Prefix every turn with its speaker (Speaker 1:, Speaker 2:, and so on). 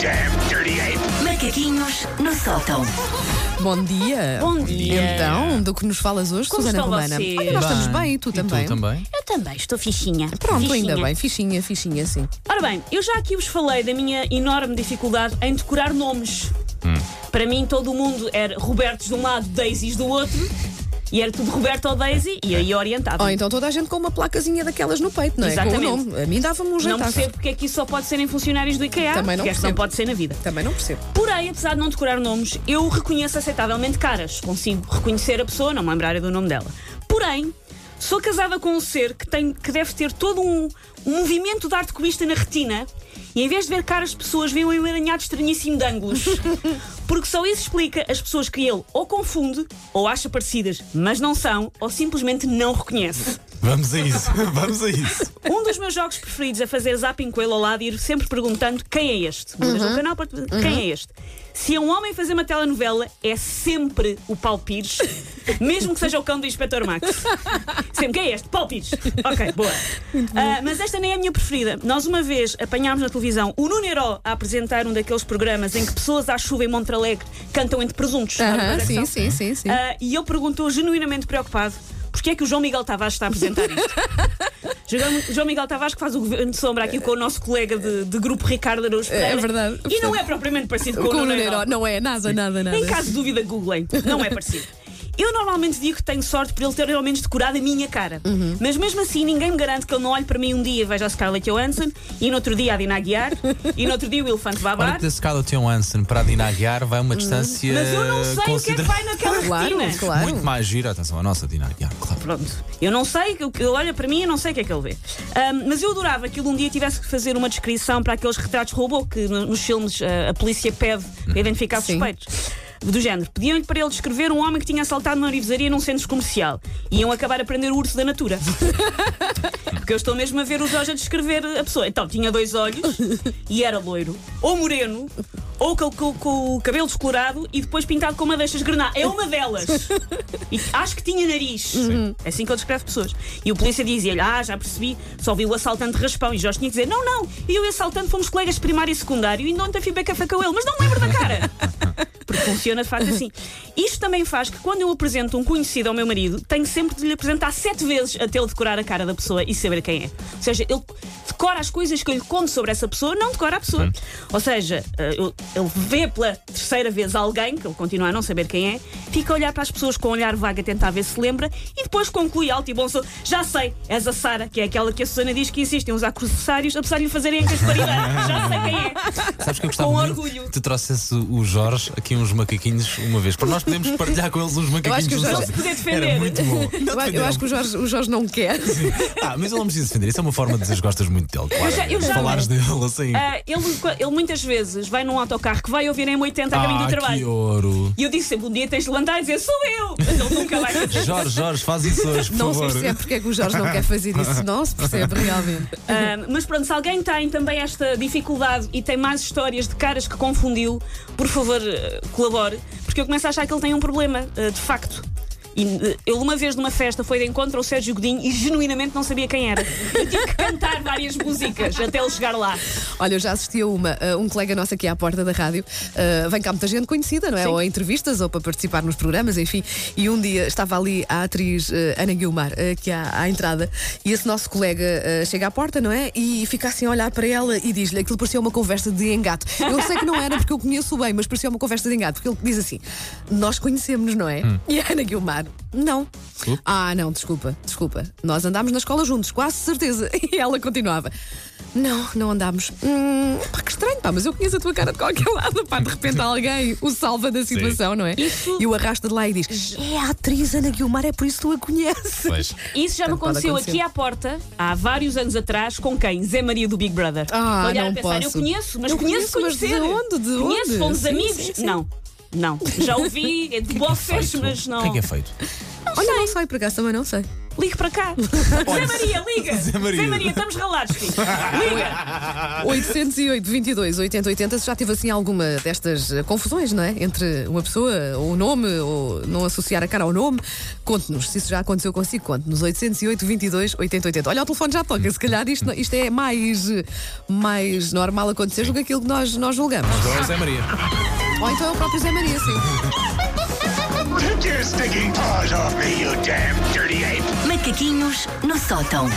Speaker 1: damn dirty ape!
Speaker 2: Macaquinhos no sótão.
Speaker 3: Bom dia.
Speaker 4: Bom dia.
Speaker 3: Então, do que nos falas hoje,
Speaker 4: Como
Speaker 3: Susana
Speaker 4: estão
Speaker 3: Romana?
Speaker 4: vocês?
Speaker 3: Olha, nós estamos bem, e tu
Speaker 5: E
Speaker 3: também.
Speaker 5: tu também?
Speaker 4: Eu também estou fichinha.
Speaker 3: Pronto,
Speaker 4: Fichinha.
Speaker 3: ainda bem. Fichinha, fichinha, sim.
Speaker 4: Ora bem, eu já aqui vos falei da minha enorme dificuldade em decorar nomes. Para mim, todo mundo era Robertos de um lado, Daisies do outro. E era tudo Roberto ou Daisy e aí orientado.
Speaker 3: Ou então toda a gente com uma placazinha daquelas no peito, não é?
Speaker 4: Exatamente.
Speaker 3: Com o nome. A mim dava-me um
Speaker 4: não
Speaker 3: jantar.
Speaker 4: percebo porque é que isso só pode ser em funcionários do IKEA,
Speaker 3: Também não
Speaker 4: porque é que
Speaker 3: percebo.
Speaker 4: não pode ser na vida.
Speaker 3: Também não percebo.
Speaker 4: Porém, apesar de não decorar nomes, eu reconheço aceitavelmente caras. Consigo reconhecer a pessoa, não me lembrar do nome dela. Porém, sou casada com um ser que, tem, que deve ter todo um, um movimento de artecolista na retina. E em vez de ver caras de pessoas, vê um emaranhado estranhíssimo de ângulos. Porque só isso explica as pessoas que ele ou confunde, ou acha parecidas, mas não são, ou simplesmente não reconhece.
Speaker 5: Vamos a isso, vamos a isso.
Speaker 4: Um dos meus jogos preferidos é fazer zapping com ele ao lado e ir sempre perguntando quem é este. Mudas
Speaker 3: Uhum.
Speaker 4: o canal para te- quem é este. Se é um homem fazer uma telenovela, é sempre o Paulo Pires, mesmo que seja o cão do Inspector Max. Sempre quem é este? Paulo Pires. Ok, boa. Ah, mas esta nem é a minha preferida. Nós uma vez apanhámos na televisão o Nuno Heró a apresentar um daqueles programas em que pessoas à chuva em Montalegre cantam entre presuntos. Sabe
Speaker 3: Aham,
Speaker 4: quais é que
Speaker 3: sim,
Speaker 4: são?
Speaker 3: sim, sim, sim.
Speaker 4: Ah, e ele perguntou genuinamente preocupado porque é que o João Miguel Tavares está a apresentar isto. João- João Miguel Tavares que faz o governo de sombra aqui com o nosso colega de, de grupo Ricardo Araújo Pereira.
Speaker 3: É verdade.
Speaker 4: E não é propriamente parecido com,
Speaker 3: com o
Speaker 4: Nuno
Speaker 3: Nuneiro.
Speaker 4: Herói.
Speaker 3: Não é nada, nada, nada.
Speaker 4: Em caso de dúvida, googlem. Não é parecido. Eu normalmente digo que tenho sorte por ele ter ao menos decorado a minha cara.
Speaker 3: Uhum.
Speaker 4: Mas mesmo assim, ninguém me garante que ele não olhe para mim um dia e veja a Scarlett Johansson, e no outro dia a Dina Aguiar, e no outro dia o Elefante
Speaker 5: Olha
Speaker 4: Babar.
Speaker 5: que da Scarlett Johansson para a Dina Aguiar vai uma distância
Speaker 4: Hum. Mas eu não sei o que é que
Speaker 5: considera-
Speaker 4: vai naquela
Speaker 3: eh, Claro,
Speaker 4: retina.
Speaker 3: claro.
Speaker 5: Muito mais gira, atenção, a nossa Dina Aguiar, claro.
Speaker 4: Pronto. Eu não sei, o que ele olha para mim, eu não sei o que é que ele vê. Ahm, mas eu adorava que ele um dia tivesse que fazer uma descrição para aqueles retratos robô que no- nos filmes ah, a polícia pede para identificar
Speaker 3: Sim.
Speaker 4: suspeitos. Do género. Pediam-lhe para ele descrever um homem que tinha assaltado uma orivesaria num centro comercial. Iam acabar a prender o urso da natura. Porque eu estou mesmo a ver o Jorge a descrever a pessoa. Então, tinha dois olhos e era loiro. Ou moreno, ou com, com- com o cabelo descolorado e depois pintado com uma destas granadas. É uma delas. E acho que tinha nariz. É assim que ele descreve pessoas. E o polícia dizia-lhe: Ah, já percebi, só vi o assaltante de raspão. E Jorge tinha que dizer: Não, não, eu e o assaltante fomos colegas de primário e secundário e ainda ontem fui café com ele, mas não me lembro da cara. Porque funciona de facto assim. Isto também faz que quando eu apresento um conhecido ao meu marido, tenho sempre de lhe apresentar sete vezes até ele decorar a cara da pessoa e saber quem é. Ou seja, ele decora as coisas que eu lhe conto sobre essa pessoa, não decora a pessoa. Ou seja, eh, eu- ele vê pela terceira vez alguém, que ele continua a não saber quem é, fica a olhar para as pessoas com um olhar vago a tentar ver se lembra e depois conclui alto e bom som: Já sei, és a Sara, que é aquela que a Susana diz que insiste em usar corsários, apesar de lhe fazerem a casparidade. Já sei quem é.
Speaker 5: Sabes que eu gostava
Speaker 4: Com
Speaker 5: muito
Speaker 4: orgulho.
Speaker 5: que tu trouxesse o Jorge aqui uns macaquinhos uma vez, para nós podemos partilhar com eles uns macaquinhos.
Speaker 3: acho que o
Speaker 5: no
Speaker 3: Jorge-
Speaker 5: sótão.
Speaker 4: Poder defender.
Speaker 5: Era muito bom. Não
Speaker 3: Eu, a- eu
Speaker 5: defenderam.
Speaker 3: acho que o Jorge, o Jorge não quer.
Speaker 5: Ah, mas ele não precisa defender, isso é uma forma de dizer que gostas muito dele, claro.
Speaker 4: Eu já- eu já-
Speaker 5: Falares dele assim.
Speaker 4: Ah, ele, ele muitas vezes vai num autocarro que vai ouvir em 80 tá a caminho
Speaker 5: ah,
Speaker 4: do
Speaker 5: que
Speaker 4: trabalho.
Speaker 5: ouro.
Speaker 4: E eu disse sempre: um dia tens de levantar e dizer sou eu! Mas ele nunca vai fazer.
Speaker 5: Jorge, Jorge, faz isso hoje, por
Speaker 3: Não se
Speaker 5: favor.
Speaker 3: percebe porque é que o Jorge não quer fazer isso. Não se percebe realmente.
Speaker 4: Ah, mas pronto, se alguém tem também esta dificuldade e tem mais histórias de caras que confundiu, por favor, ah, colabore, porque eu começo a achar que ele tem um problema, ah, de facto. E, ah, eu, uma vez numa festa, foi de encontro ao Sérgio Godinho e genuinamente não sabia quem era. Eu tive que cantar várias músicas até ele chegar lá.
Speaker 3: Olha, eu já assisti a uma, a um colega nosso aqui à porta da rádio. uh, vem cá muita gente conhecida, não é? Ou a entrevistas, ou para participar nos programas, enfim. E um dia estava ali a atriz uh, Ana Guilmar, uh, aqui à, à entrada, e esse nosso colega uh, chega à porta, não é? E fica assim a olhar para ela e diz-lhe: aquilo parecia uma conversa de engato. Eu sei que não era porque eu conheço bem, mas parecia uma conversa de engato, porque ele diz assim: nós conhecemos, não é? E a Ana Guilmar, não.
Speaker 5: Ups.
Speaker 3: Ah, não, desculpa, desculpa. Nós andámos na escola juntos, quase certeza. E ela continuava. Não, não andámos. Hum, pá, que estranho, pá, mas eu conheço a tua cara de qualquer lado. Pá, de repente alguém o salva da situação, não é? E o arrasta de lá e diz: É a atriz Ana Guilmar, é por isso que tu a conheces.
Speaker 5: Pois.
Speaker 4: Isso já me
Speaker 3: Portanto, pode
Speaker 4: aconteceu
Speaker 3: acontecer.
Speaker 4: aqui à porta, há vários anos atrás, com quem? Zé Maria do Big Brother.
Speaker 3: Ah,
Speaker 4: Olhar
Speaker 3: não
Speaker 4: a pensar, eu
Speaker 3: posso.
Speaker 4: conheço, mas
Speaker 3: Eu
Speaker 4: conheço,
Speaker 3: conheço, mas de
Speaker 4: conhecer.
Speaker 3: onde? De
Speaker 4: Conheço,
Speaker 3: onde?
Speaker 4: fomos
Speaker 3: Sim,
Speaker 4: amigos.
Speaker 3: sim, sim.
Speaker 4: Não, não. Já ouvi, é de boxers,
Speaker 5: Feito.
Speaker 4: mas não.
Speaker 5: O que é que é feito?
Speaker 3: Olha, não sei, por acaso também não sei.
Speaker 4: ligue para cá. Zé Maria, liga!
Speaker 5: Zé Maria.
Speaker 4: estamos ralados, filho. Liga!
Speaker 3: 808 22 80 80 se já teve assim alguma destas eh, confusões, não é? Entre uma pessoa, ou o nome, ou não associar a cara ao nome. Conte-nos, se isso já aconteceu consigo, conte-nos. 808 22 80 80. Olha, o telefone já toca, se calhar isto, não- isto é mais, eh, mais normal acontecer do que aquilo que nós, nós julgamos.
Speaker 4: Ah.
Speaker 5: Agora Zé Maria.
Speaker 3: Ou então é o próprio Zé Maria, sim.
Speaker 1: Take your stinking paws off me, you damn dirty ape!
Speaker 2: Macaquinhos no sótão.